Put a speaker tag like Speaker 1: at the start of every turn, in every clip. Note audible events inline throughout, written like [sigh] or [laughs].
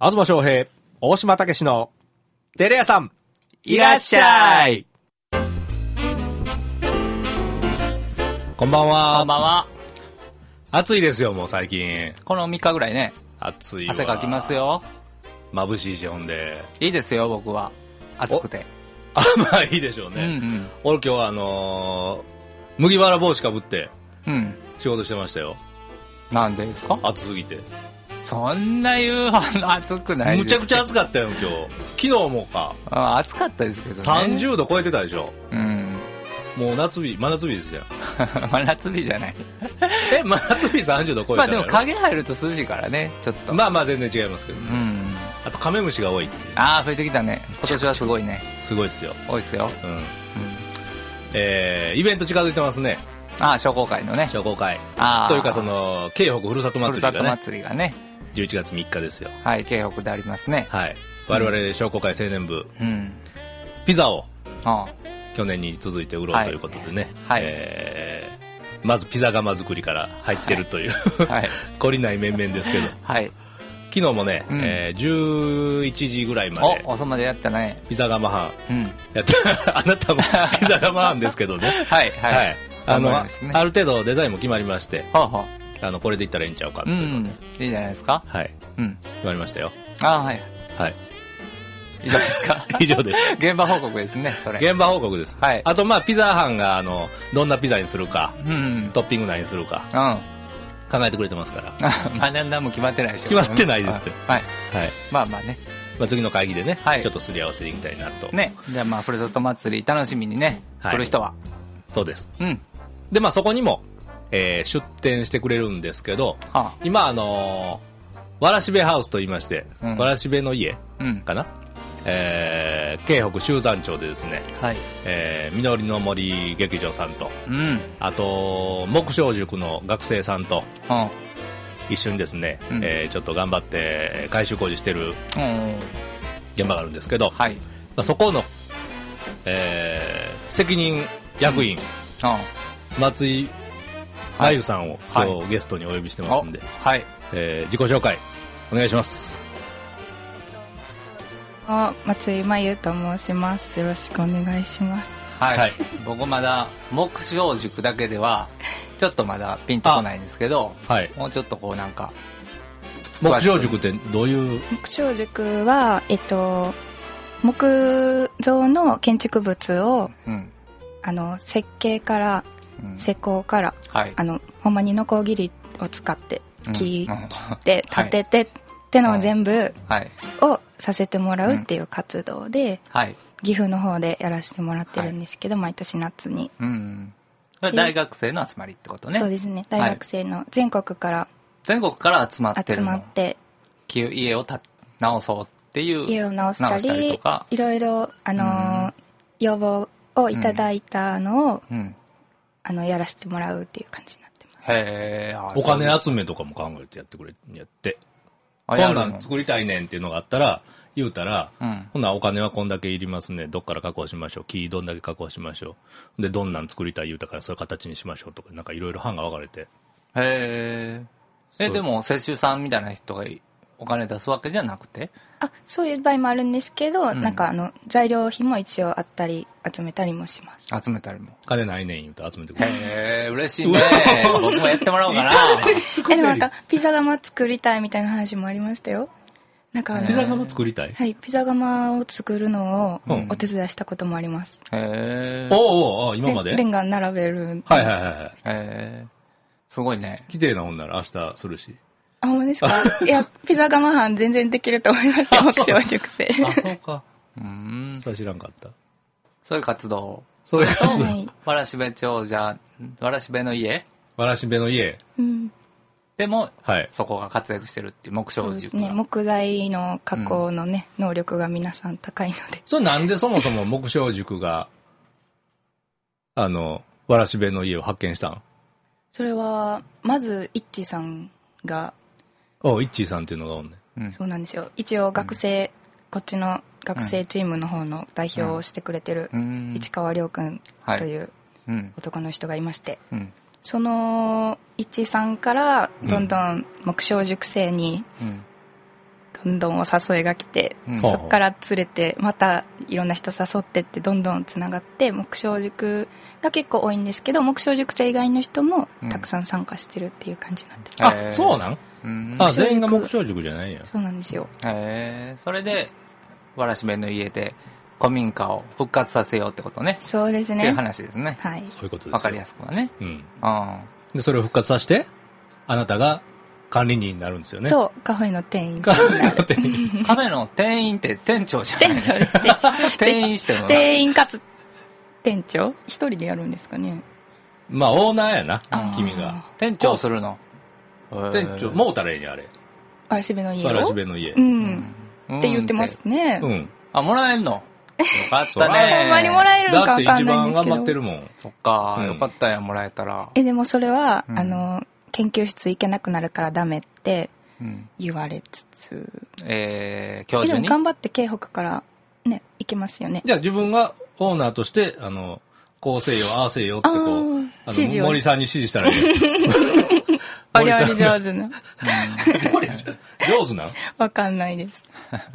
Speaker 1: 東翔平、大島たけしの、テレ屋さん、
Speaker 2: いらっしゃい
Speaker 1: こんばん
Speaker 2: こん
Speaker 1: は。
Speaker 2: ばんは。
Speaker 1: 暑いですよ、もう最近。
Speaker 2: この3日ぐらいね、
Speaker 1: 暑いわ。
Speaker 2: 汗かきます。よ。
Speaker 1: 眩しいし、ほんで。
Speaker 2: いいですよ、僕は。暑くて。
Speaker 1: あ、まあいいでしょう
Speaker 2: うん
Speaker 1: ね。俺今日はあのー麦わら帽子かぶって
Speaker 2: うん。うん。
Speaker 1: 仕事してましたよ。
Speaker 2: なんでですか
Speaker 1: 暑すぎて。
Speaker 2: そんな言うほど暑くない
Speaker 1: む
Speaker 2: です
Speaker 1: ちゃくちゃ暑かったよ、今日。昨日もか。
Speaker 2: あ暑かったですけどね。
Speaker 1: 30度超えてたでしょ。
Speaker 2: うん。 [laughs]
Speaker 1: もう夏日、真夏日ですよ。
Speaker 2: 真夏日じゃない。
Speaker 1: え、真夏日30度超え
Speaker 2: まあ
Speaker 1: た
Speaker 2: で
Speaker 1: のや
Speaker 2: も
Speaker 1: ろ
Speaker 2: 影入ると涼しいからね、ちょっと。
Speaker 1: まあまあ全然違いますけどね。
Speaker 2: うん。
Speaker 1: あとカメムシが多いっていう。
Speaker 2: ああ、増えてきたね。今年はすごいね。
Speaker 1: すごいっすよ。
Speaker 2: 多いですよ。
Speaker 1: うん。
Speaker 2: うん。
Speaker 1: えー、イベント近づいてますね。
Speaker 2: ああ、商工会のね。
Speaker 1: 商工会。
Speaker 2: ああ。
Speaker 1: というかそ、の、京北ふるさと
Speaker 2: ふ
Speaker 1: 祭
Speaker 2: る
Speaker 1: り
Speaker 2: さ
Speaker 1: が
Speaker 2: と
Speaker 1: ね、
Speaker 2: 祭りがね。
Speaker 1: 11月3日ですよ。
Speaker 2: はい、京北でありますね。
Speaker 1: はい。我々商工会青年部、
Speaker 2: うん。
Speaker 1: ピザを
Speaker 2: あ
Speaker 1: 去年に続いて売ろ
Speaker 2: は
Speaker 1: う
Speaker 2: い
Speaker 1: ということでね。
Speaker 2: はい
Speaker 1: えーまずピザ窯作りから入ってるという、
Speaker 2: あ。はい。
Speaker 1: 懲りない面々ですけど、
Speaker 2: はい。
Speaker 1: 昨日もね、
Speaker 2: うん
Speaker 1: えー11時ぐらいまで
Speaker 2: お、、遅までやったね。
Speaker 1: ピザ窯班、
Speaker 2: うん。
Speaker 1: やってあなたも [laughs] ピザ窯班ですけどね。
Speaker 2: はい、はい。
Speaker 1: はい。あの、
Speaker 2: 頑張り
Speaker 1: あ
Speaker 2: ましたね
Speaker 1: る程度デザインも決まりまして、
Speaker 2: ほうほう。
Speaker 1: あの、これでいったらいいんちゃうかっ
Speaker 2: う
Speaker 1: て
Speaker 2: ん
Speaker 1: いうう、
Speaker 2: ん。いいじゃないですか。
Speaker 1: はい。
Speaker 2: うん。
Speaker 1: 決まりましたよ。
Speaker 2: ああ、はい。 [laughs]
Speaker 1: はい。
Speaker 2: いいじゃないで
Speaker 1: [laughs]
Speaker 2: すか。
Speaker 1: 以上です。
Speaker 2: 現場報告ですね、それ。
Speaker 1: 現場報告です。
Speaker 2: はい
Speaker 1: あと、まあ、ピザ班が、あの、どんなピザにするか、
Speaker 2: うん。うん。 [laughs]
Speaker 1: トッピング何にするか、考えてくれてますから。
Speaker 2: まだ何も決まってないでしょ。
Speaker 1: 決まってないですって
Speaker 2: はい。
Speaker 1: はい。
Speaker 2: まあまあね。
Speaker 1: まあ、次の会議でね、
Speaker 2: はい
Speaker 1: ちょっとすり合わせていきたいなと。。
Speaker 2: ね。じゃあまあ、ふるさと祭り楽しみにね、
Speaker 1: はい
Speaker 2: 来る人は。
Speaker 1: そうです。
Speaker 2: うん。
Speaker 1: で、まあ、そこにも、えー出店してくれるんですけど、
Speaker 2: は
Speaker 1: 今、あのーわらしべハウスと言いまして、
Speaker 2: うん
Speaker 1: わらしべの家
Speaker 2: あ。うん。
Speaker 1: かな、えー京北周山町でですね、
Speaker 2: はい。
Speaker 1: えー、みのりの森劇場さんと、
Speaker 2: うん。
Speaker 1: あと、木匠塾の学生さんと
Speaker 2: うん。
Speaker 1: 一緒にですね、
Speaker 2: うん
Speaker 1: えーちょっと頑張って改修工事してる
Speaker 2: うん。
Speaker 1: 現場があるんですけど、ま
Speaker 2: はい。うん。
Speaker 1: あ、そこの、えー責任役員、松井真由さんを
Speaker 2: はい
Speaker 1: 今日ゲストにお呼びしてま
Speaker 2: お
Speaker 1: すんで、
Speaker 2: はい。
Speaker 1: えー自己紹介お願いします。
Speaker 3: あ松井真由と申しますよろしくお願いします
Speaker 2: はい。
Speaker 1: はい
Speaker 2: 僕まだ、目標塾だけでは、ちょっとまだピンとこないんですけど、
Speaker 1: はい。
Speaker 2: もうちょっとこうなんか、
Speaker 1: 木匠塾ってどういう、
Speaker 3: 木匠塾はえっと木造の建築物を
Speaker 2: うん。
Speaker 3: あの設計から
Speaker 2: うん
Speaker 3: 施工から
Speaker 2: はい。
Speaker 3: あのほんまにノコギリを使って木
Speaker 2: うんうん [laughs]
Speaker 3: 切って立ててってのを全部
Speaker 2: はい。
Speaker 3: をさせてもらうっていう活動で
Speaker 2: はい。
Speaker 3: 岐阜の方でやらせてもらってるんですけど毎年夏に
Speaker 2: うん。これ
Speaker 3: で
Speaker 2: 大学生の集まりってことね。
Speaker 3: そうですね大学生の全国から
Speaker 2: 全国から集まって
Speaker 3: 集
Speaker 2: る
Speaker 3: ま
Speaker 2: の
Speaker 3: っ。て
Speaker 2: き家をた直そうっていう。
Speaker 3: 家を直したり
Speaker 2: とか。
Speaker 3: いろいろあのー
Speaker 2: うん
Speaker 3: 要望をいただいたのを、
Speaker 2: うん。
Speaker 3: あのやらせてもらうっていう感じになってます
Speaker 2: へえ。あ
Speaker 1: お金
Speaker 2: そ
Speaker 1: 集めとかも考えてやってくれ、やって。
Speaker 2: う
Speaker 1: こ
Speaker 2: いう
Speaker 1: ん
Speaker 2: あや
Speaker 1: な
Speaker 2: るの
Speaker 1: ん作りたいねんっていうのがあったら、言うたら、
Speaker 2: うん。
Speaker 1: ほな、お金はこんだけいりますね。どっから確保しましょう。木どんだけ確保しましょう。で、どんなん作りたい言うたから、そういう形にしましょうとか、なんかいろいろ班が分かれて。
Speaker 2: へえ。
Speaker 1: そ
Speaker 2: え、
Speaker 1: う
Speaker 2: でも、接種さんみたいな人がいお金出すわけじゃなくて
Speaker 3: あそういう場合もあるんですけど、
Speaker 2: ん
Speaker 3: なんかあの材料費も一応あったり集めたりもします
Speaker 2: 集めたりも。
Speaker 1: 金ないねん言うたら集めてくれる。
Speaker 2: へえ、嬉しいね。僕もやってもらおう
Speaker 3: [laughs]
Speaker 2: かな。
Speaker 3: えでもなんかピザ窯作りたいみたいな話もありましたよなんかあの
Speaker 1: ピザ窯作りたい、
Speaker 3: はい、ピザ窯を作るの
Speaker 1: うん
Speaker 3: をお手伝いしたこともあります、
Speaker 2: へえ。
Speaker 1: おうおうあ今まで
Speaker 3: レンガ並べる
Speaker 1: はいはいはいはい。
Speaker 2: へえ。すごいね。
Speaker 1: 綺麗な本なら明日するし。
Speaker 3: あほんまですかいやピザ窯班全然できると思いますよ木匠塾生
Speaker 1: あ、そうか。
Speaker 2: うん。
Speaker 1: それ知らんかった。
Speaker 2: そういう活動を
Speaker 1: そういう感じ
Speaker 3: は。い、
Speaker 2: わらしべ長者、わらしべの家
Speaker 1: わらしべの家。
Speaker 3: うん
Speaker 2: でも、
Speaker 1: はい。
Speaker 2: そこが活躍してるっていう目
Speaker 3: そう
Speaker 2: 標
Speaker 3: です
Speaker 2: 塾
Speaker 3: ね
Speaker 2: が。
Speaker 3: 木材の加工のね、能力が皆さん高いので
Speaker 1: それなんでそもそも木匠塾が、あの、わらしべの家を発見したん
Speaker 3: それはまずイッチさんが
Speaker 1: おイッチーさんっていうのがおんねん。
Speaker 2: うん
Speaker 3: そうなんですよ一応学生、こっちの学生チームの方の代表をしてくれてる
Speaker 2: うん
Speaker 3: 市川亮君
Speaker 2: はい
Speaker 3: という
Speaker 2: うん。
Speaker 3: 男の人がいまして、
Speaker 2: うん。
Speaker 3: そのイッチさんからどんどん木匠塾生に
Speaker 2: うん。
Speaker 3: どんどんお誘いが来て、
Speaker 2: うん
Speaker 3: そこから連れてまたいろんな人誘ってってどんどんつながって木匠塾が結構多いんですけど木匠塾生以外の人もたくさん参加してるっていう感じになってる、
Speaker 1: あ、
Speaker 2: えー
Speaker 1: そうなん
Speaker 2: うん
Speaker 1: あ、全員が目標塾じゃないんや。
Speaker 3: そうなんですよ
Speaker 2: へえそれでわらしべの家で古民家を復活させようってことね
Speaker 3: そうです
Speaker 2: っていう
Speaker 3: ね
Speaker 2: 話ですね
Speaker 3: はい
Speaker 1: そういうことですよ。
Speaker 2: わかりやすくはね
Speaker 1: うん。
Speaker 2: うん
Speaker 1: で、それを復活させて、あなたが管理人になるんですよね。う。
Speaker 3: そうカフェの店員
Speaker 1: 管理って
Speaker 2: カフェの店員って店長じゃない
Speaker 3: 店長ですね
Speaker 2: [laughs] 店員してるのな
Speaker 3: 店員かつ店長一人でやるんですかね
Speaker 1: [laughs] まあ、オーナーやな
Speaker 3: あー、
Speaker 1: 君が。
Speaker 2: 店長するの
Speaker 1: 店長、もうたらええねんあれ。
Speaker 3: あらしべの家を
Speaker 1: わらしべの家
Speaker 3: う。、
Speaker 2: うん
Speaker 3: って言ってますね、
Speaker 1: うん。
Speaker 2: あもらえんのよかっ
Speaker 1: そら
Speaker 2: たね
Speaker 3: ほんまにもらえるのか
Speaker 1: だっ
Speaker 3: わ
Speaker 1: て
Speaker 3: か
Speaker 1: 一
Speaker 3: んないん
Speaker 1: 番
Speaker 3: です
Speaker 1: 頑
Speaker 3: け
Speaker 1: 張
Speaker 3: ど
Speaker 1: ってるもん。
Speaker 2: そっか、
Speaker 1: うん
Speaker 2: よかったやんもらえたら、
Speaker 3: えでもそれは、
Speaker 2: うん
Speaker 3: あの研究室行けなくなるからダメって
Speaker 2: うん、
Speaker 3: 言われつつ
Speaker 2: えー、教
Speaker 3: えで
Speaker 2: 授
Speaker 3: も
Speaker 2: に
Speaker 3: 頑張って京北からね行けますよね
Speaker 1: じゃあ自分がオーナーとして、あの、こうせよ、ああせよってこ
Speaker 3: あ
Speaker 1: う
Speaker 3: ー、
Speaker 1: あ
Speaker 3: 指示
Speaker 1: の、
Speaker 3: を
Speaker 1: 森さんに指示したらいいよ。
Speaker 3: お
Speaker 1: 森
Speaker 3: 料
Speaker 1: さん
Speaker 3: 理上手な
Speaker 1: [laughs] 森さん上手なん
Speaker 3: わかんないです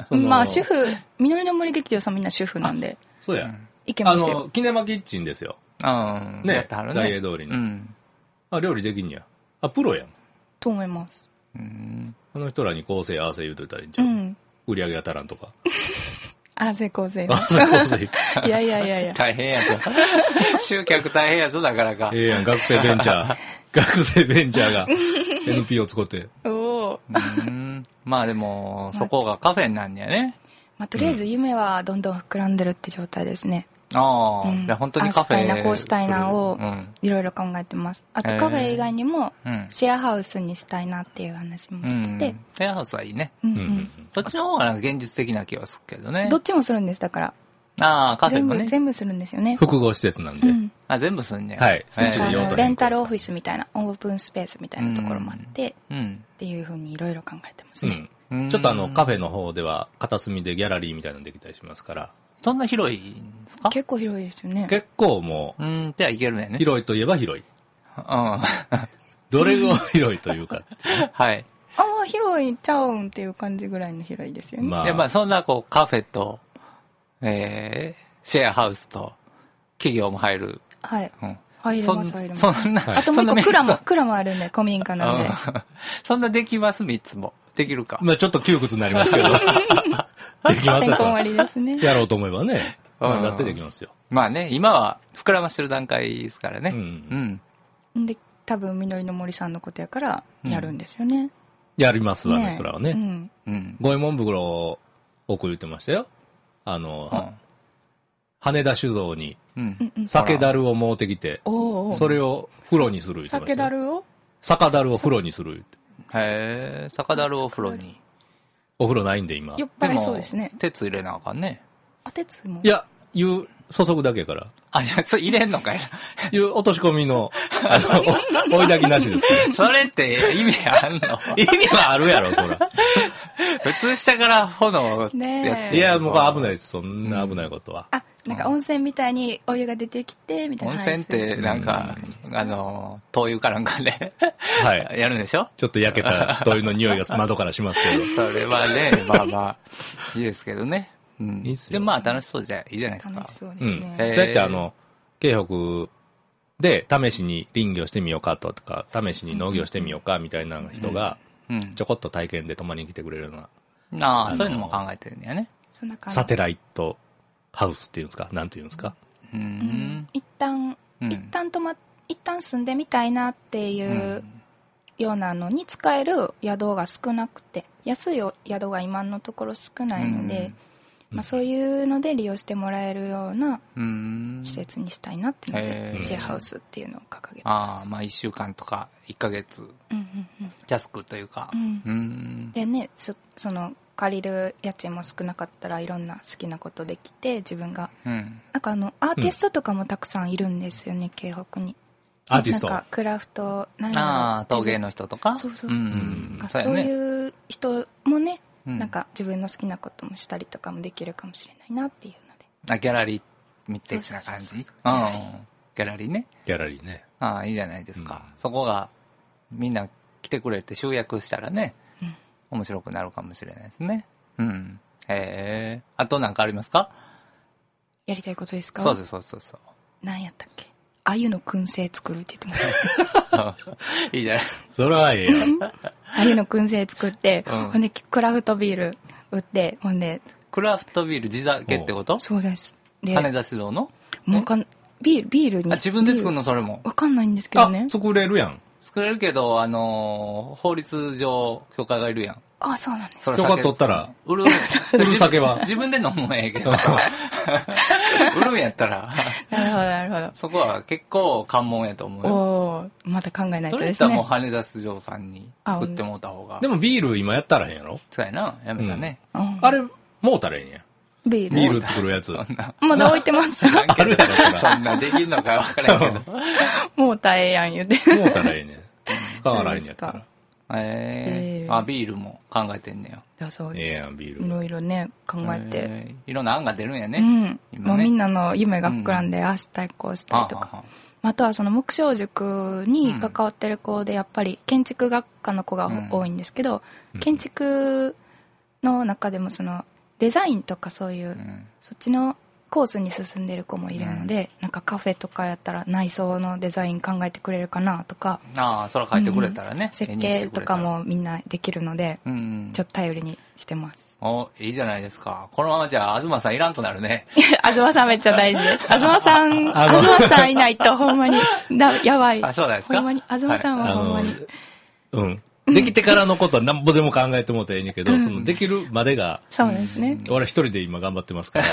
Speaker 1: その
Speaker 3: まあ主婦緑の森劇場さんみんな主婦なんで
Speaker 1: そうや。
Speaker 3: 行け
Speaker 1: あ
Speaker 3: ますよ
Speaker 1: の、キネマキッチンですよ。
Speaker 2: うん、
Speaker 1: ね
Speaker 2: やってはるね
Speaker 1: ダイエー通りの
Speaker 2: うん
Speaker 1: あ、料理できんや。あ、プロやん。
Speaker 3: と思います
Speaker 2: うん
Speaker 1: あの人らにこうせよ、ああせよ言うといたらいいんち
Speaker 3: う
Speaker 1: ゃう、
Speaker 3: ん
Speaker 1: 売り上げが足らんとか。 [laughs]
Speaker 3: あぜこうぜ
Speaker 1: あそうこうせよ
Speaker 3: いやいや
Speaker 2: [laughs]
Speaker 3: いやいや
Speaker 2: 大変やぞ集客大変やぞなかなか、
Speaker 1: ええやん、学生ベンチャ
Speaker 3: [laughs]
Speaker 1: ー。学生ベンチャーが NP を使って。
Speaker 3: おおー、
Speaker 2: うんまあでもそこがカフェになんやね
Speaker 3: まあ、とりあえず夢はどんどん膨らんでるって状態ですね
Speaker 2: ああ、
Speaker 3: うん
Speaker 2: じゃあ本当にカフェ
Speaker 3: あしたいなこうしたいなを
Speaker 2: するうん
Speaker 3: いろいろ考えてますあ
Speaker 2: へ
Speaker 3: と
Speaker 2: ー
Speaker 3: カフェ以外にも
Speaker 2: うん
Speaker 3: シェアハウスにしたいなっていう話もして
Speaker 2: う
Speaker 3: て
Speaker 2: ん、シェアハウスはいいね
Speaker 3: う
Speaker 1: う
Speaker 3: んうんん
Speaker 2: そっちの方がなんか現実的な気はするけどね
Speaker 3: どっちもするんですだから
Speaker 2: ああカフェ
Speaker 3: 全
Speaker 2: も
Speaker 3: 部
Speaker 2: ね
Speaker 3: 全部するんですよね
Speaker 1: 複合施設なんで。
Speaker 3: うん
Speaker 2: あ全部すんね
Speaker 1: はい
Speaker 2: ええ
Speaker 1: 全部
Speaker 3: あ
Speaker 1: 用途変更
Speaker 3: のレンタルオフィスみたいなオープンスペースみたいなところもあってっ
Speaker 2: うん
Speaker 3: ていうふうにいろいろ考えてます
Speaker 1: う
Speaker 3: ね
Speaker 1: ん
Speaker 2: うん
Speaker 1: ちょっとあの、カフェの方では、片隅でギャラリーみたいなのできたりしますから、
Speaker 2: そんな広いんですか
Speaker 3: 結構広いですよね
Speaker 1: 結構も
Speaker 2: うんじゃあいけるね
Speaker 1: う、
Speaker 2: ね
Speaker 1: 広いといえば広い。
Speaker 2: うんは
Speaker 1: どれが広いというかって
Speaker 2: い
Speaker 3: あんま広いちゃうんっていう感じぐらいの広いですよね
Speaker 1: [laughs] まあ
Speaker 2: でまあそんなこうカフェとえーシェアハウスと企業も入る
Speaker 3: はい
Speaker 2: うん
Speaker 3: 入れ
Speaker 2: そ
Speaker 3: ます入れ
Speaker 2: ん
Speaker 3: ます
Speaker 2: そんな
Speaker 3: あとも
Speaker 2: そん
Speaker 3: う
Speaker 2: な
Speaker 3: 一個蔵
Speaker 2: そ
Speaker 3: も蔵もあるんで古民家なんで
Speaker 2: うん [laughs] そんなできます3つもできるか
Speaker 1: まあちょっと窮屈になりますけど、 [laughs] できます
Speaker 3: [laughs] てん
Speaker 1: よ、
Speaker 3: こ
Speaker 1: そ
Speaker 3: 盛りですね
Speaker 1: れやろうと思えばね。
Speaker 2: うん
Speaker 1: まあだってできますよ。
Speaker 2: まあね今は膨らましてる段階ですからね
Speaker 1: うん
Speaker 2: うん
Speaker 3: で多分みのりの森さんのことやからやるんですよね、
Speaker 1: やりますわ、あの人らは
Speaker 3: う
Speaker 1: ね。
Speaker 3: ん、
Speaker 2: うん
Speaker 1: 五右衛門袋を奥言ってましたよ。あの、は羽田酒造に
Speaker 2: うん
Speaker 3: うんうん
Speaker 1: 酒だるを持ってきて、
Speaker 3: おうおう
Speaker 1: それを風呂にする言ってました
Speaker 3: 酒
Speaker 1: よ。
Speaker 3: だるを
Speaker 1: 酒だるを風呂にする言って。
Speaker 2: へえ酒樽をお風呂に
Speaker 1: お風呂ないんで今。
Speaker 3: 酔っ
Speaker 1: い
Speaker 3: 払いそうですね
Speaker 2: も鉄入れなあかんね
Speaker 3: あ鉄も
Speaker 1: や、言う、注ぐだけやから。
Speaker 2: あいやそれ入れんのかい [laughs]
Speaker 1: いう落とし込みの、あ
Speaker 3: [laughs]
Speaker 1: の、お追いだきなしですけ
Speaker 2: それって意味あんの
Speaker 1: ど。意味はあるやろ、そら。
Speaker 2: 普通下から炎やって
Speaker 3: ねえ
Speaker 1: いや、もうこれ危ない
Speaker 2: い
Speaker 1: です。そんな危ないことは。
Speaker 3: あなんか温泉みたいにお湯が出てきてみたいな
Speaker 2: 温泉ってなんか、あの灯油かなんかで [laughs]
Speaker 1: はい。
Speaker 2: やるんでしょ
Speaker 1: ちょっと焼けた灯油の匂いが窓からしますけど。
Speaker 2: それはねまあま [laughs] あいいですけどねうん
Speaker 1: いいっすよ
Speaker 2: でまあ楽しそうじゃいいじゃないですか
Speaker 3: 楽しそう
Speaker 1: う
Speaker 3: です
Speaker 1: ん。
Speaker 3: ね、
Speaker 1: そうやってあの、京北で試しに林業してみようかとか、試しに農業してみようかみたいな人が、
Speaker 2: うん
Speaker 1: ちょこっと体験で泊まりに来てくれるような、
Speaker 2: ああそういうのも考えてるんだよね
Speaker 3: そんな感じ
Speaker 1: サテライトハウスっていうんですかなんていうんですか
Speaker 2: う
Speaker 3: うんん一旦、
Speaker 2: うん
Speaker 3: 一旦泊ま一旦住んでみたいなっていううんようなのに使える宿が少なくて安い宿が今のところ少ないので、まあ、そういうので利用してもらえるような
Speaker 2: うん
Speaker 3: 施設にしたいなっていうので、
Speaker 2: うん
Speaker 3: シェアハウスっていうのを掲げてま
Speaker 2: ああ
Speaker 3: す、
Speaker 2: まあ1週間とか1ヶ月
Speaker 3: うんうんうん
Speaker 2: ジャスクというか
Speaker 3: うん
Speaker 2: うん
Speaker 3: でねそその借りる家賃も少なかったらいろんな好きなことできて自分が
Speaker 2: うん
Speaker 3: なんかあのアーティストとかもたくさんいるんですよね、京北に
Speaker 1: アーティスト
Speaker 3: なんかクラフト何やろ
Speaker 2: ああ陶芸の人とか
Speaker 3: そうそうそうんなんか
Speaker 2: そうや
Speaker 3: そう
Speaker 2: ね
Speaker 3: いう人もね、
Speaker 2: うん
Speaker 3: なんか自分の好きなこともしたりとかもできるかもしれないなっていうので
Speaker 2: あギャラリーみたいな感じ
Speaker 3: そううんそうそうそうギャラリ
Speaker 2: ギャラリ
Speaker 3: ー
Speaker 2: ーね
Speaker 1: ギャラリーね。
Speaker 2: ああいいじゃないですか、
Speaker 1: うん
Speaker 2: そこがみんな来てくれて集約したらね、面白くなるかもしれないですね。うん。へえ。あとなんかありますか
Speaker 3: やりたいことですか
Speaker 2: そうです、そうです、そうです。
Speaker 3: 何やったっけあゆの燻製作るって言ってました。
Speaker 2: いいじゃない [laughs]
Speaker 1: それはいいやん。
Speaker 3: [laughs] あゆの燻製作って、
Speaker 2: うん
Speaker 3: ほんで、クラフトビール売って、ほんで、
Speaker 2: クラフトビール地酒ってこと
Speaker 3: そうです。で、
Speaker 2: 羽田市道の
Speaker 3: もうかん、ビール、ビールに。
Speaker 2: あ、自分で作る
Speaker 3: ビー
Speaker 2: のそれも
Speaker 3: ル。わかんないんですけど
Speaker 1: あ
Speaker 3: ね、。
Speaker 1: 作れるやん。
Speaker 2: 作れるけど、あのー法律上、許可がいるやん。
Speaker 3: あそうなんです。
Speaker 2: それ
Speaker 1: 許
Speaker 2: 酒
Speaker 1: 可取ったら。
Speaker 2: 売る、
Speaker 1: [laughs] 売る酒は
Speaker 2: 自分自分で飲むんやけ
Speaker 1: [laughs]
Speaker 2: ど。売るんやったら、
Speaker 3: なるほど、なる
Speaker 2: そこは結構関門やと思う
Speaker 3: ほど。
Speaker 2: よ。
Speaker 3: おーまだ考えな
Speaker 2: そ
Speaker 3: いと
Speaker 2: れや
Speaker 3: で
Speaker 2: った
Speaker 3: す
Speaker 2: らもう
Speaker 3: ね。
Speaker 2: 羽田市場さんに作ってもうた方が。
Speaker 1: でもビール今やったらへんやろ
Speaker 2: そうやな、やめたね。
Speaker 3: うん
Speaker 1: あれ、もうたらへんやん。
Speaker 3: ビール。
Speaker 1: ビール作るやつ。
Speaker 2: [laughs]
Speaker 3: まだ置いてます。
Speaker 2: なんか
Speaker 1: あるやろそら
Speaker 2: そんなできんのかわからんけど。
Speaker 3: [laughs] もう大えやん言うて。
Speaker 1: もうたらええねん。使わないんやった
Speaker 3: そう
Speaker 1: ら
Speaker 3: で。
Speaker 2: え
Speaker 3: え
Speaker 2: ー、
Speaker 3: ー
Speaker 2: あ、ビールも考えてんねよ。
Speaker 3: だそう
Speaker 1: え
Speaker 3: で
Speaker 1: え
Speaker 3: す
Speaker 1: や。ん、ビー
Speaker 3: いろ
Speaker 1: ル。
Speaker 3: いろね、考えて。
Speaker 2: えーいろんな案が出るんやね。
Speaker 3: うん。
Speaker 2: 今ね
Speaker 3: もうみんなの夢が膨らんで、明日以降したりとか。
Speaker 2: あ
Speaker 3: あとはその木匠塾に関わってる子でやっぱり建築学科の子が
Speaker 2: うん
Speaker 3: 多いんですけど、
Speaker 1: うん
Speaker 3: 建築の中でもそのデザインとかそういう、
Speaker 2: あうん
Speaker 3: そっちのコースに進んでる子もいるので、なんかカフェとかやったら内装のデザイン考えてくれるかなとか
Speaker 2: ああ、そら書いてくれたらね。
Speaker 3: 設
Speaker 2: 絵にして
Speaker 3: 計
Speaker 2: くれた
Speaker 3: と
Speaker 2: ら
Speaker 3: か。もみんなできるので、
Speaker 2: うんうん。
Speaker 3: ちょっと頼りにしてます。
Speaker 2: お、いいじゃないですか。このままじゃあ、東さんいらんとなるね。
Speaker 3: 東さんめっちゃ大事です。東さん、
Speaker 1: あの
Speaker 3: 東さんいないとほんまに、だやばい。
Speaker 2: あ、そうなんですか
Speaker 3: ほんまに、東さんは
Speaker 1: あ
Speaker 3: ほんまに。
Speaker 1: の、うん。できてからのことは何ぼでも考えてもうてええねんけど、そのできるまでが、
Speaker 3: そうですね。
Speaker 1: 俺一人で今頑張ってます
Speaker 3: [laughs]
Speaker 1: から。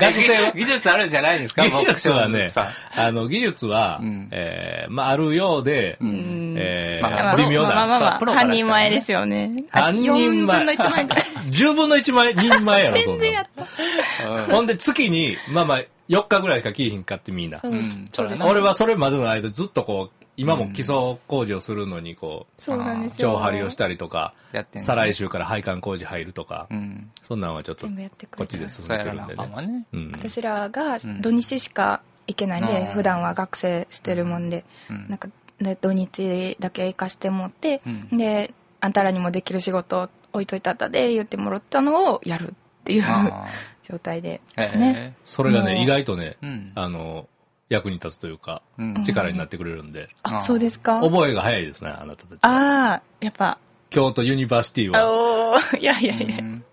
Speaker 2: 学生は技術あるんじゃないですか
Speaker 1: 技術は
Speaker 2: 僕
Speaker 1: ね
Speaker 2: さ、
Speaker 1: あの、技術は、
Speaker 2: うん
Speaker 1: えーまあ、あるようで、
Speaker 3: ん
Speaker 1: えー
Speaker 2: まあ
Speaker 1: 微妙
Speaker 3: まあま
Speaker 1: な。
Speaker 3: あま
Speaker 2: そう
Speaker 3: あ
Speaker 2: プ
Speaker 3: ま
Speaker 2: ロ
Speaker 3: あ、
Speaker 2: からしたらね
Speaker 3: 半人前ですよね。
Speaker 1: 半人前
Speaker 3: 4分の1前ぐらい。
Speaker 1: 10分の1枚、人前やろ、そん
Speaker 3: 全然や
Speaker 1: な
Speaker 3: った。
Speaker 1: の。ほんで、月に、まあまあ、4日ぐらいしか聞いひんかってみんな。
Speaker 3: う
Speaker 2: うんん、それはな。
Speaker 1: 俺はそれまでの間ずっとこう、今も基礎工事をするのに、こう、
Speaker 3: そうなんですよ。
Speaker 1: 上張りをしたりとか
Speaker 2: やって、んね
Speaker 1: 再来週から配管工事入るとか
Speaker 2: う、
Speaker 3: [laughs]
Speaker 2: ん。
Speaker 1: そんなんはちょっと
Speaker 3: 全、部やってく
Speaker 1: こ
Speaker 3: れ
Speaker 1: っち
Speaker 3: て
Speaker 1: で
Speaker 3: ます
Speaker 1: 進
Speaker 2: そう
Speaker 1: めて
Speaker 2: や
Speaker 1: る
Speaker 2: らなんあ
Speaker 1: で
Speaker 2: かん
Speaker 1: ね。
Speaker 2: わね。
Speaker 1: うん。
Speaker 3: 私らが
Speaker 2: ん
Speaker 3: 土日しか行けないんで、
Speaker 2: うん
Speaker 3: 普段は学生してるもんで、
Speaker 2: うん
Speaker 3: なんかで土日だけ行かしてもって、
Speaker 2: うん
Speaker 3: であんたらにもできる仕事置いといたったで言ってもらったのをやるっていう
Speaker 2: あ
Speaker 3: [laughs] 状態 [laughs] で
Speaker 2: あ。
Speaker 3: ですね、
Speaker 1: それが
Speaker 3: もう
Speaker 1: ね、意外とね
Speaker 2: へえ。う、ん。
Speaker 1: あの、役に立つというか、
Speaker 2: うん
Speaker 1: 力になってくれるんで、
Speaker 2: あー
Speaker 3: あそうですかあ
Speaker 1: 覚えが早いですね、あなたたちは。
Speaker 3: あーやっぱ
Speaker 1: 京都ユニバーシティは、
Speaker 3: あおーい [laughs] やいやいや、
Speaker 2: うん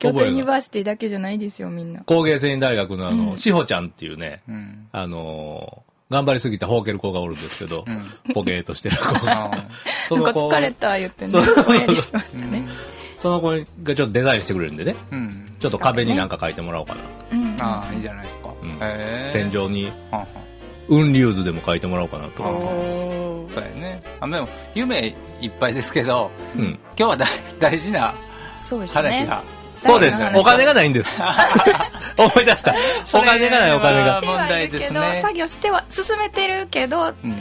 Speaker 3: 京都ユニバーシティだけじゃないですよみんな
Speaker 1: 工芸繊維大学のあ
Speaker 3: う
Speaker 1: の、
Speaker 3: ん
Speaker 1: 志保ちゃんっていうね、
Speaker 2: うん。
Speaker 1: あのー、頑張りすぎたほうける子がおるんですけど、ポケーとしてる子が。
Speaker 2: あー
Speaker 1: そ
Speaker 3: [laughs] な
Speaker 1: の
Speaker 3: んか
Speaker 1: 子
Speaker 3: 疲れた言ってね
Speaker 1: そう
Speaker 3: おやりしましたね
Speaker 1: その子がちょっとデザインしてくれるんでね、
Speaker 2: うん。
Speaker 1: ちょっと壁になんか書いてもらおうかな。
Speaker 3: うん
Speaker 2: ああ、いいじゃないですか。
Speaker 1: ん
Speaker 2: へえ。
Speaker 1: 天。井に、
Speaker 2: はんはん
Speaker 1: 雲龍図でも書いてもらおうかなと
Speaker 3: お
Speaker 1: か。
Speaker 3: おー
Speaker 2: そうやね。あ、でも、夢いっぱいですけど、
Speaker 1: うん。
Speaker 2: 今日は大大事な
Speaker 3: そうですね
Speaker 2: 話が。
Speaker 1: [laughs] そうです
Speaker 3: 大事。な話
Speaker 1: お金がないんです。 [laughs] 思い出した。お金がない、お金が
Speaker 2: そ。れは問題です
Speaker 3: はいるけ
Speaker 2: ね
Speaker 3: ど。作業しては進めてるけど
Speaker 2: うん。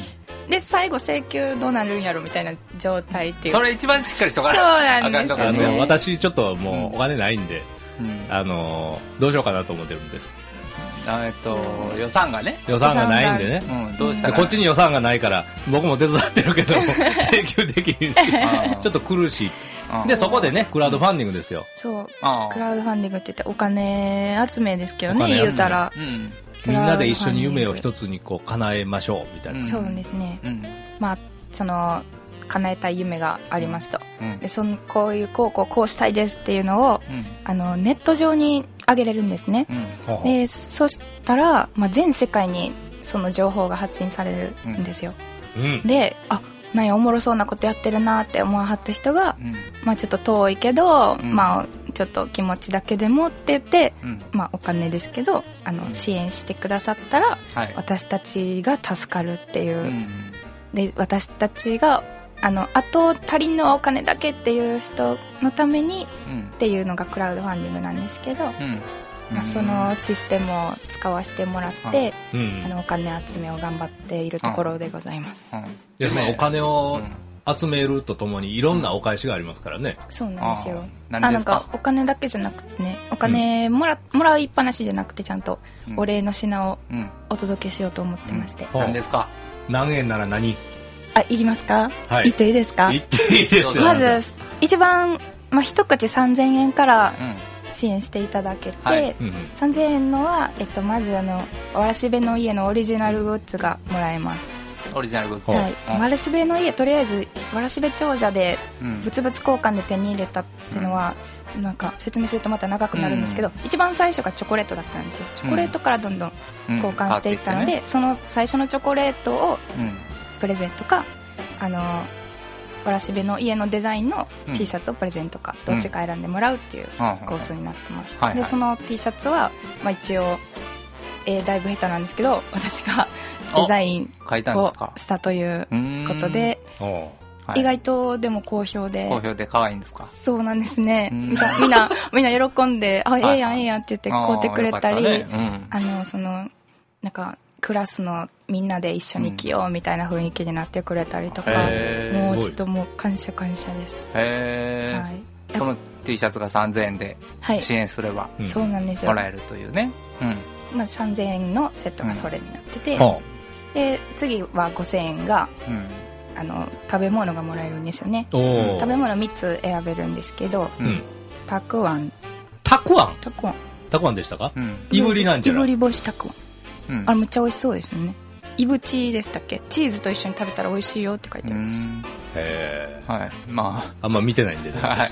Speaker 3: で最後請求どうなるんやろみたいな状態っていう
Speaker 2: それ一番しっかりしとか
Speaker 3: そうな
Speaker 2: あ
Speaker 3: ん
Speaker 2: か
Speaker 3: で
Speaker 2: ん
Speaker 3: す
Speaker 2: と
Speaker 3: よ
Speaker 2: こ
Speaker 1: あ
Speaker 3: ね
Speaker 2: ですよ
Speaker 1: の、私ちょっとも
Speaker 2: う
Speaker 1: うんお金ないんで、
Speaker 2: うん
Speaker 1: あのー、どうしようかなと思ってるんです。
Speaker 2: あえっと、予算がね。
Speaker 1: 予算がないんでね。
Speaker 2: うん、どうした
Speaker 1: で
Speaker 2: ら。
Speaker 1: こっちに予算がないから、僕も手伝ってるけど、請求できひんし、ちょっと苦しい。
Speaker 2: うん
Speaker 1: で、そこでね、クラウドファンディングですよ。
Speaker 3: そう
Speaker 2: あー
Speaker 3: クラウドファンディングって言ってお金集めですけど
Speaker 1: お金
Speaker 3: ね
Speaker 1: 集め
Speaker 3: 言うたら
Speaker 2: うん。
Speaker 1: みんなで一緒に夢を
Speaker 3: クラウドファ
Speaker 1: 一
Speaker 3: ンディング
Speaker 1: つにこう叶えましょう、みたいな。
Speaker 2: うん
Speaker 3: そうですね
Speaker 2: うん。
Speaker 3: まあその叶えたい夢がありますと
Speaker 2: うん
Speaker 3: でそのこういうこうこうこうしたいですっていうのを
Speaker 2: うん。
Speaker 3: あのネット上に上げれるんですね
Speaker 2: うん。
Speaker 1: ほうほう
Speaker 3: でそしたら、まあ、全世界にその情報が発信されるんですよ、
Speaker 1: うん。
Speaker 3: であなんやおもろそうなことやってるなって思わはった人が、
Speaker 2: うん。
Speaker 3: まあ、ちょっと遠いけど、
Speaker 2: うん
Speaker 3: まあ、ちょっと気持ちだけでもって言って、
Speaker 2: うん。
Speaker 3: まあ、お金ですけどあ
Speaker 2: う
Speaker 3: の
Speaker 2: ん
Speaker 3: 支援してくださったら
Speaker 2: はい。
Speaker 3: 私たちが助かるっていう、
Speaker 2: うん。
Speaker 3: で私たちがあのあと足りんのはお金だけっていう人のために
Speaker 2: うん
Speaker 3: っ。ていうのがクラウドファンディングなんですけど、
Speaker 2: うん。
Speaker 3: まあ、そのシステムを使わせてもらって、
Speaker 1: う
Speaker 3: あ
Speaker 1: ん。
Speaker 3: のお金集めを頑張っているところでございます、
Speaker 2: うん、
Speaker 1: で、そのお金を
Speaker 2: うん
Speaker 1: 集めるとともに、いろんなお返しがありますからね。
Speaker 3: そうなんですよ
Speaker 2: あー
Speaker 3: あ
Speaker 2: 何
Speaker 3: な
Speaker 2: で
Speaker 3: ん
Speaker 2: すか
Speaker 3: かお金だけじゃなくてねお金もら,、もらいっぱなしじゃなくてちゃんと
Speaker 2: うん
Speaker 3: お礼の品を
Speaker 2: うん。
Speaker 3: お届けしようと思ってまして、
Speaker 1: ほう
Speaker 2: 何ですか
Speaker 1: 何円なら何
Speaker 3: あいきますか、
Speaker 1: はい
Speaker 3: 言っていいですか
Speaker 1: 言っていいですよ。
Speaker 3: まず一番、まあ、一口3000円から
Speaker 2: うん
Speaker 3: 支援していただけて、
Speaker 2: はい
Speaker 1: うんうん
Speaker 3: 3000円のは、えっと、まずあのわらしべの家のオリジナルグッズがもらえます、
Speaker 2: オリジナルグッズ。
Speaker 3: はい
Speaker 2: うん
Speaker 3: わらしべの家とりあえずわらしべ長者で
Speaker 2: うん
Speaker 3: 物々交換で手に入れたっていうのは、なんか説明するとまた長くなるんですけど、一番最初がチョコレートだったんですよチョコレートからどんどん
Speaker 2: うん
Speaker 3: 交換していったので、、その最初のチョコレートを
Speaker 2: 買ってね
Speaker 3: プレゼントかあのわらしべの家のデザインの
Speaker 2: うん
Speaker 3: T シャツをプレゼントか、どっちか選んでもらうっていう
Speaker 2: うんうん
Speaker 3: コースになってます、
Speaker 2: はいはい
Speaker 3: でその T シャツは、まあ、一応、えーだいぶ下手なんですけど [laughs] 私がデザイン
Speaker 2: 書いたんで
Speaker 3: を
Speaker 2: すか。
Speaker 3: したという
Speaker 2: うーん
Speaker 3: こと、で、
Speaker 1: おう
Speaker 2: はい
Speaker 3: 意外とでも好評で
Speaker 2: 好評で可愛いんですか。
Speaker 3: そうなんですね
Speaker 2: うん
Speaker 3: みんなみんなみんな喜んで「あえ
Speaker 2: はい
Speaker 3: えやんええやん」って言って買うてくれた
Speaker 2: あ
Speaker 3: り
Speaker 2: ーよかったね
Speaker 3: あのそのなんかクラスのみんなで一緒に生きようみたいな雰囲気になってくれたりとか、
Speaker 1: へー
Speaker 3: も
Speaker 1: す
Speaker 3: うち
Speaker 1: ご
Speaker 3: ょ
Speaker 1: い
Speaker 3: っともう感謝感謝です、
Speaker 2: うんへー
Speaker 3: はい
Speaker 2: その T シャツが3000円で
Speaker 3: はい、
Speaker 2: 支援すれば
Speaker 1: うん
Speaker 3: そうなんですよ、
Speaker 2: も
Speaker 3: ま
Speaker 2: ら
Speaker 3: あ、
Speaker 2: えるというね。うん。
Speaker 3: 3000円のセットがそれになってて、
Speaker 1: ほ
Speaker 3: で次は5000円が
Speaker 2: うん
Speaker 3: あの食べ物がもらえるんですよね
Speaker 1: うおう
Speaker 3: 食べ物3つ選べるんですけど
Speaker 1: うん
Speaker 3: たくあん
Speaker 1: たくあん
Speaker 3: たくあん
Speaker 1: たくあんでしたか
Speaker 2: うん。
Speaker 1: いぶりなんじゃない
Speaker 3: いぶり干したくあん
Speaker 2: うん
Speaker 3: あれめっちゃ美味しそうですよねいぶちでしたっけチーズと一緒に食べたら美味しいよって書いてあ
Speaker 2: う
Speaker 3: る、
Speaker 2: ん。
Speaker 1: へえ
Speaker 2: はい。ま
Speaker 1: あんま見てないんでね
Speaker 2: あ、はい。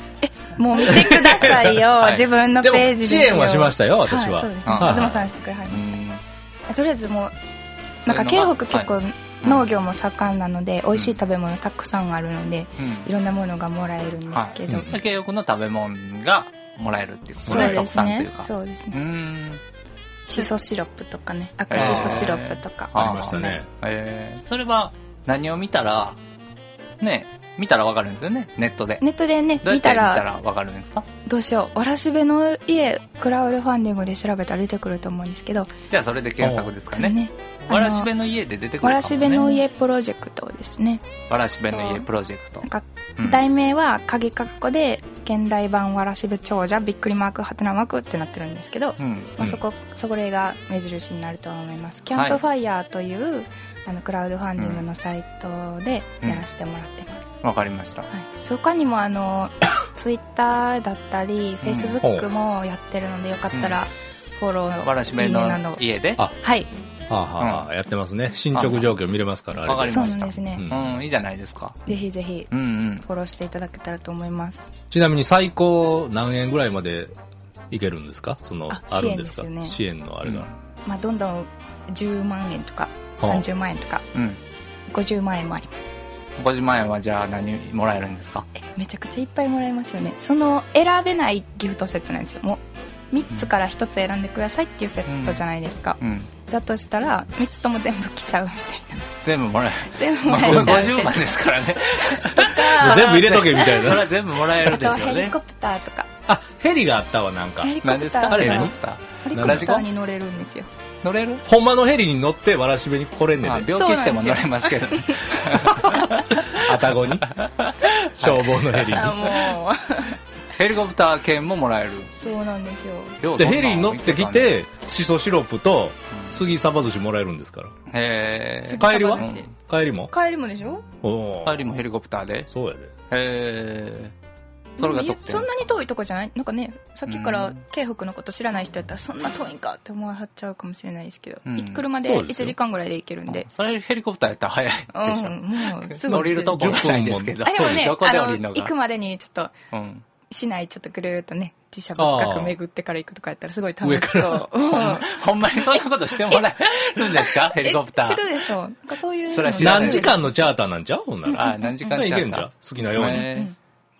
Speaker 3: もう見てくださいよ、
Speaker 1: [laughs]
Speaker 2: はい
Speaker 3: 自分のペ
Speaker 1: で
Speaker 3: ージ
Speaker 1: も支援はしましたよ私
Speaker 3: はい、
Speaker 1: は
Speaker 3: そうですね
Speaker 2: はい
Speaker 3: 東さんしてくれはり
Speaker 2: う
Speaker 3: まし
Speaker 2: ん
Speaker 3: たとりあえずもうなんか
Speaker 2: そういうの
Speaker 3: 京
Speaker 2: が
Speaker 3: 北結構農業も盛んなので、美味しい食べ物たくさんあるので
Speaker 2: うん
Speaker 3: いろんなものがもらえるんですけど、
Speaker 1: はいうん
Speaker 2: じゃあ、慶応君の食べ物がもらえるっていうこと
Speaker 3: そう
Speaker 2: ね、
Speaker 3: で
Speaker 2: 特
Speaker 3: す
Speaker 2: 産とい
Speaker 3: ね
Speaker 2: うか。
Speaker 3: そうです
Speaker 2: う
Speaker 3: ね
Speaker 2: ん。
Speaker 3: シソシロップとかね赤シソシロップとか
Speaker 2: えー
Speaker 1: ありましたね
Speaker 2: えー、それは何を見たら、ね、見たらわかるんですよね、ネットで。
Speaker 3: ネットでね
Speaker 2: どうや
Speaker 3: 見
Speaker 2: って
Speaker 3: た
Speaker 2: 見た
Speaker 3: ら
Speaker 2: らわかるんですか
Speaker 3: どうしようわらしべの家クラウドファンディングで調べたら出てくると思うんですけど
Speaker 2: じゃあそれで検索ですか
Speaker 3: これ
Speaker 2: ね。
Speaker 3: あの
Speaker 2: わらしべの家で出てくるかも、ね。
Speaker 3: わらしべの。家プロジェクトですね
Speaker 2: わらしべの家プロジェクト
Speaker 3: なん。か
Speaker 2: うん
Speaker 3: 題名は鍵括弧で現代版わらしべ長者びっくりマークハテナマークってなってるんですけど、
Speaker 2: うん。
Speaker 3: まあ、そこそこれが目印になると思いますキャンプファイヤーという、あのクラウドファンディングのサイトでやらせてもらってます、
Speaker 2: わかりました。
Speaker 3: はい、そこにもあのツイッターだったりフェイスブックもやってるのでよかったらフォロー、
Speaker 2: わらしべの
Speaker 3: いいねなど
Speaker 2: 家で。
Speaker 1: あ
Speaker 3: はい
Speaker 1: はあはあはあやってますね進捗状況見れますから
Speaker 2: わ
Speaker 1: あ
Speaker 2: か
Speaker 1: れ
Speaker 2: り
Speaker 1: で
Speaker 2: ました
Speaker 3: そうなんですね、
Speaker 1: うん
Speaker 2: うん、いいじゃないですか。
Speaker 3: ぜひぜひ
Speaker 2: うんうん。
Speaker 3: フォローしていただけたらと思います
Speaker 1: ちなみに最高何円ぐらいまでいけるんですかその
Speaker 3: あ
Speaker 1: あるんですか
Speaker 3: 支援ですよね
Speaker 1: 支援のあれが
Speaker 3: まあどんどん10万円とか
Speaker 1: ほう
Speaker 3: 30万円とか
Speaker 2: うん。
Speaker 3: 50万円もあります
Speaker 2: 50万円はじゃあ何もらえるんですか
Speaker 3: えめちゃくちゃいっぱいもらえますよねその選べないギフトセットなんですよもう3つから1つ選んでくださいっていうセットじゃないですか、
Speaker 2: うん。
Speaker 3: だとしたら3つとも全部来ちゃうみたいな
Speaker 2: 全部もらえる。
Speaker 3: 全 [laughs] 部も
Speaker 2: まあ、
Speaker 3: らえちゃう
Speaker 2: 50万ですからね。
Speaker 1: 全部入れとけみたい
Speaker 2: それ
Speaker 1: な
Speaker 2: は全部もらえるで
Speaker 3: あとは
Speaker 2: しょう
Speaker 3: ヘリ
Speaker 2: ね
Speaker 3: コ。プターとか
Speaker 1: あヘリがあったわなんか
Speaker 3: ヘリコ
Speaker 2: 何で
Speaker 3: プ
Speaker 2: す
Speaker 3: ター
Speaker 2: か
Speaker 1: あ
Speaker 2: ヘ
Speaker 1: れ
Speaker 2: リコ
Speaker 1: 何
Speaker 2: プター。
Speaker 3: ヘリコプターに乗れるんですよ
Speaker 2: 乗れる
Speaker 1: ほんまのヘリに乗ってわらしべに来れんね
Speaker 2: まあ
Speaker 1: んで
Speaker 2: 病気しても乗れますけど。
Speaker 1: あたごに
Speaker 3: [laughs]
Speaker 1: 消防のヘリに
Speaker 3: あも
Speaker 2: [laughs] ヘリコプター券ももらえる。
Speaker 3: うそうなんですよ
Speaker 2: よう
Speaker 1: で
Speaker 2: そんな
Speaker 1: ヘ
Speaker 2: ん
Speaker 1: リに乗ってき
Speaker 2: 見たね、
Speaker 1: てシソシロップと杉サバ寿司もらえるんですから
Speaker 2: へー
Speaker 1: 帰りは
Speaker 3: サバ寿司
Speaker 1: 帰りも
Speaker 3: 帰りもでしょ
Speaker 1: おー
Speaker 2: 帰りもヘリコプターで。
Speaker 1: そうやで
Speaker 2: へーそれが特
Speaker 3: そ
Speaker 2: 典
Speaker 3: ん。なに遠いとこじゃないなんかねさっきか
Speaker 2: う
Speaker 3: ら
Speaker 2: ん
Speaker 3: 京北のこと知らない人やったらそんな遠いんかって思わはっちゃうかもしれないですけど、
Speaker 2: うん
Speaker 3: 車で
Speaker 1: そうです
Speaker 3: 1
Speaker 1: よ
Speaker 3: 時間ぐらいで行けるんで
Speaker 2: それヘリコプターやったら早いでし
Speaker 3: う
Speaker 2: ょ。
Speaker 3: ん、もうすぐ
Speaker 2: 乗れるとこはないですけど。
Speaker 3: あでもね
Speaker 2: どこで
Speaker 3: あ
Speaker 2: 降
Speaker 3: の
Speaker 2: りるの
Speaker 3: 行
Speaker 2: が
Speaker 3: く。までにちょっと
Speaker 2: うん。
Speaker 3: 市内ちょっとぐるーっとね自社仏閣巡ってから行くとかやったらすごい楽しそう
Speaker 2: [laughs] ほんまにそんなことしてもらえるんです
Speaker 3: [laughs]
Speaker 2: かヘ
Speaker 3: ヘ
Speaker 2: リコプタ
Speaker 3: する
Speaker 2: ー。
Speaker 3: でしょなんかそういう
Speaker 2: それは知らない
Speaker 1: 何時間のチャーターなんちゃうほんなら
Speaker 2: あ、何時間
Speaker 1: まあ
Speaker 2: ち
Speaker 1: い
Speaker 2: ゃ
Speaker 1: け
Speaker 2: うん
Speaker 1: じゃ
Speaker 2: た
Speaker 1: ん好きなように
Speaker 2: へー
Speaker 3: う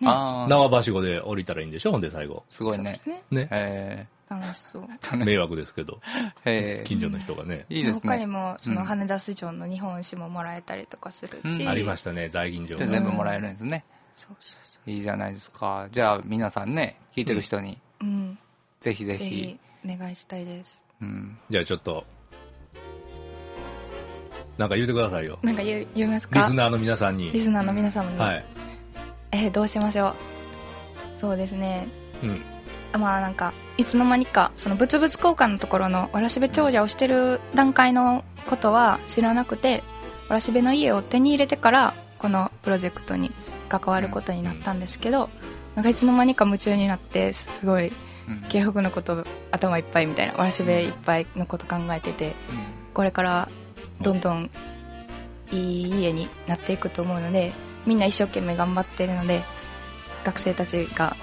Speaker 3: ん
Speaker 2: あー
Speaker 1: 縄ばしごで降りたらいいんでしょほんで最後
Speaker 2: すごいね。
Speaker 3: ね
Speaker 1: ね
Speaker 2: え
Speaker 3: 楽しそう
Speaker 1: 迷惑ですけど
Speaker 2: え
Speaker 1: 近所の人がね
Speaker 2: いいです
Speaker 3: 他に
Speaker 2: ね。
Speaker 3: もその
Speaker 2: うん
Speaker 3: 羽田市場の日本酒ももらえたりとかする
Speaker 2: う
Speaker 3: し
Speaker 2: ん
Speaker 1: ありましたね大吟醸
Speaker 2: で全部もらえるんですね。
Speaker 3: そうそうそ
Speaker 2: いいじゃないですか。じゃあ皆さんね、聞いてる人に、
Speaker 3: ううん
Speaker 2: ぜひぜ
Speaker 3: ぜ
Speaker 2: ひ
Speaker 3: ひ、お願いしたいです
Speaker 2: うん、
Speaker 1: じゃあちょっとなんか言うてくださいよ
Speaker 3: なんか言う言いますか
Speaker 1: リスナーの皆さんに
Speaker 3: リスナーの皆様に、
Speaker 1: はい
Speaker 3: えーどうしましょうそうですね
Speaker 1: うん
Speaker 3: まあなんかいつの間にかその物々交換のところのわらしべ長者をしてる段階のことは知らなくてわらしべの家を手に入れてからこのプロジェクトに関わることになったんですけど、なんかいつの間にか夢中になってすごい
Speaker 2: うん
Speaker 3: 京北のこと頭いっぱいみたいなわらしべいっぱいのこと考えててこれからどんどんいい家になっていくと思うのでみんな一生懸命頑張ってるので学生たちが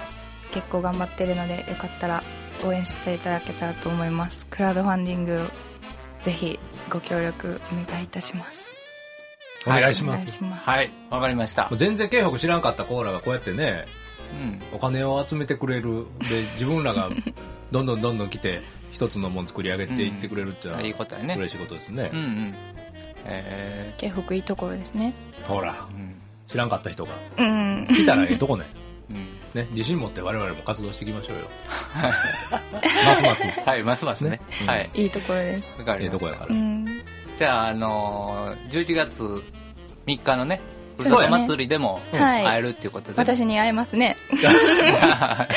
Speaker 3: 結構頑張ってるのでよかったら応援していただけたらと思いますクラウドファンディングをぜひご協力お願いいたします
Speaker 1: お願いしま
Speaker 3: お願い
Speaker 1: す
Speaker 3: し。ます
Speaker 2: はい、わかりました
Speaker 1: もう。全然京北知らんかったコーラがこうやってね、
Speaker 2: うん
Speaker 1: お金を集めてくれる。
Speaker 3: [laughs]
Speaker 1: で、自分らがどんどんどんどん来て、一つのもん作り上げていってくれるっていうの
Speaker 2: いいことや
Speaker 1: は
Speaker 2: ね。
Speaker 1: 嬉しいことですね
Speaker 2: う。んうん。え
Speaker 3: 京北いいところですね
Speaker 1: ほら
Speaker 2: ー、、うん
Speaker 1: 知らんかった人が
Speaker 3: うん
Speaker 1: 来たらええとこね。
Speaker 2: うん。
Speaker 1: ね、自信持って我々も活動していきましょうよ。ます
Speaker 3: [laughs]
Speaker 1: ます。え
Speaker 2: はい、ますますね
Speaker 1: ね。うん
Speaker 2: はい。
Speaker 3: いいところです
Speaker 2: わか
Speaker 1: え
Speaker 2: りま
Speaker 1: とこ
Speaker 2: し
Speaker 1: や
Speaker 2: た
Speaker 1: か。
Speaker 3: う
Speaker 1: ら。
Speaker 3: ん
Speaker 2: じゃあ、あのー、11月3日のね、ふる
Speaker 3: そ
Speaker 2: さ
Speaker 3: う
Speaker 2: と
Speaker 3: やね
Speaker 2: 祭りでも
Speaker 3: うんはい
Speaker 2: 会えるっていうことで。
Speaker 3: 私に会えま
Speaker 1: [laughs]
Speaker 3: すね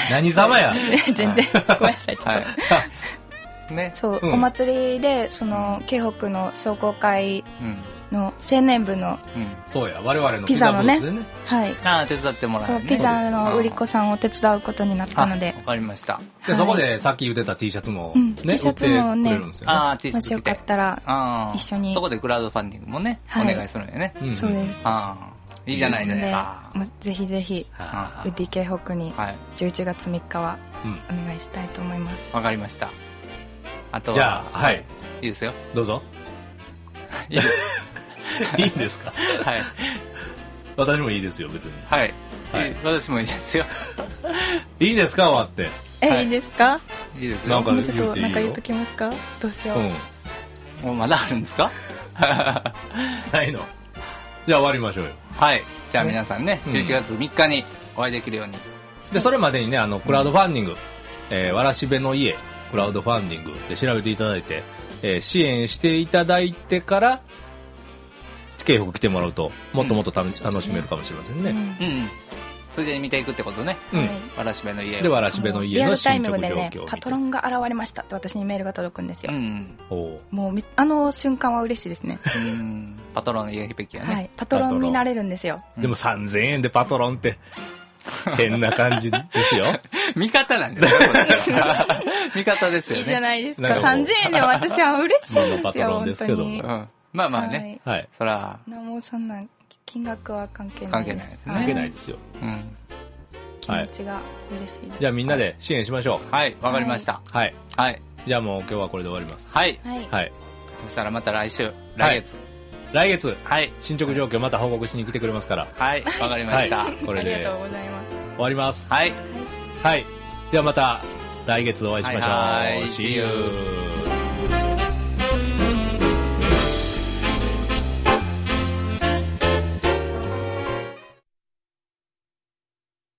Speaker 1: 何様や。
Speaker 3: 全然ごめんなさいちょっと、
Speaker 2: はい。 [laughs] ね。
Speaker 3: そう、
Speaker 1: うん
Speaker 3: お祭りでその京北の商工会
Speaker 2: うん。
Speaker 3: の青年部の
Speaker 2: うん。
Speaker 1: そうや、我々の
Speaker 3: ピザのね
Speaker 1: ピザブースでね。
Speaker 3: はい
Speaker 2: ああ、手伝ってもら
Speaker 3: そうう
Speaker 2: ね。
Speaker 3: ピザの売り子さんを手伝うことになったので
Speaker 2: あわかりました。
Speaker 1: で、
Speaker 3: はい
Speaker 1: そこでさっき言ってた T シャツも
Speaker 3: う
Speaker 1: ね
Speaker 3: ん、T シャツも
Speaker 1: 売って
Speaker 3: ね
Speaker 1: くれるんですよね。
Speaker 2: ああ、T シャ
Speaker 3: も
Speaker 2: ツ
Speaker 3: しよ
Speaker 2: 着
Speaker 3: か
Speaker 2: て
Speaker 3: っ。たら
Speaker 2: ああ
Speaker 3: 一緒に
Speaker 2: そこでクラウドファンディングもね、お
Speaker 3: はい
Speaker 2: 願いするんよね。
Speaker 1: うんうん
Speaker 3: そうです
Speaker 2: ああ、いいじゃないですか。
Speaker 3: ねまぜひぜひ
Speaker 2: あ
Speaker 3: ウッディ系北に
Speaker 2: はい、
Speaker 3: 11月3日は
Speaker 1: うん
Speaker 3: お願いしたいと思います、
Speaker 2: わかりました。あとは、
Speaker 1: じゃあ、はい、
Speaker 2: いいですよ。
Speaker 1: どう
Speaker 3: [laughs]
Speaker 1: ぞ。
Speaker 2: いいです
Speaker 1: いいんですか
Speaker 2: はい。
Speaker 1: 私もいいですよ、別に。
Speaker 2: はい。
Speaker 1: はい
Speaker 2: いい私もいいですよ。
Speaker 1: いいんですか終わって。
Speaker 3: え、
Speaker 2: はい
Speaker 3: い、いですか
Speaker 2: いいです
Speaker 1: な
Speaker 2: よ
Speaker 1: ん。か
Speaker 3: もうちょっ
Speaker 1: 言っ
Speaker 3: と
Speaker 1: ていいよ
Speaker 3: なんか言っときますかどうしよう、
Speaker 1: う
Speaker 2: もうまだあるんですか
Speaker 1: ん。ないの。じゃあ終わりましょうよ。
Speaker 2: はい。じゃあ皆さんね、
Speaker 1: うん
Speaker 2: 11月3日にお会いできるように。
Speaker 1: で、それまでにね、あの、クラウドファンディング、えーわらしべの家、クラウドファンディングで調べていただいて、えー支援していただいてから、京北来てもらうと、もっともっとため楽しめるかもしれませんね。
Speaker 2: うんうん。ついでに見ていくってことね。
Speaker 1: うん。
Speaker 3: はい
Speaker 2: わらしべの家を
Speaker 1: で、わらしべの
Speaker 3: リ
Speaker 1: 家
Speaker 3: ア
Speaker 1: の
Speaker 3: ルタイ
Speaker 1: 進
Speaker 3: ム
Speaker 1: 捗状
Speaker 3: で
Speaker 1: 況を見
Speaker 3: ね
Speaker 1: て。
Speaker 3: パトロンが現れましたって私にメールが届くんです
Speaker 2: う
Speaker 3: よ、
Speaker 2: ん。
Speaker 1: おう
Speaker 3: もうみあの瞬間は嬉しいですね
Speaker 2: うん。パトロンの家響きやね。
Speaker 3: はい、パトロンになれるんですよ
Speaker 1: でも3000円でパトロンっ
Speaker 3: [laughs]
Speaker 1: て、変な感じですよ。
Speaker 2: [laughs] 味方なんですよ、こっちは味方ですよね。
Speaker 3: いいじゃないですか
Speaker 1: なんかもう
Speaker 3: 3000円でも私は
Speaker 1: [laughs]
Speaker 3: 嬉しい
Speaker 1: まあまあ
Speaker 3: で
Speaker 1: パ
Speaker 3: す
Speaker 1: ト
Speaker 3: よ
Speaker 1: ロンで
Speaker 3: 本
Speaker 1: す
Speaker 3: 当
Speaker 1: けど
Speaker 3: に
Speaker 2: うん。まあまあね。
Speaker 1: はい。
Speaker 2: そら、
Speaker 3: なもうそんな金額は関係ないです
Speaker 2: 関
Speaker 1: 関係
Speaker 3: は
Speaker 1: ないいですよ。
Speaker 2: うん。
Speaker 3: 気持ちが嬉しいです
Speaker 1: じゃあみんなで支援しましょ
Speaker 2: はい、わかりました。
Speaker 1: う。はい。
Speaker 2: はい。
Speaker 1: じゃあもう今日はこれで終わります。
Speaker 2: はい。
Speaker 3: はい
Speaker 1: はい。
Speaker 2: そしたらまた来週、来月。
Speaker 1: 来月、
Speaker 2: はい。
Speaker 1: 進捗状況また報告しに来てくれますから。
Speaker 2: はい、わかりま
Speaker 1: は
Speaker 2: し
Speaker 1: い
Speaker 2: た。。
Speaker 1: これ
Speaker 3: あり
Speaker 1: で
Speaker 3: がと
Speaker 1: 終
Speaker 3: うございます
Speaker 1: わります。
Speaker 2: はい。
Speaker 1: はい。ではまた来月お会いしましょう。
Speaker 2: はいはい
Speaker 1: See you.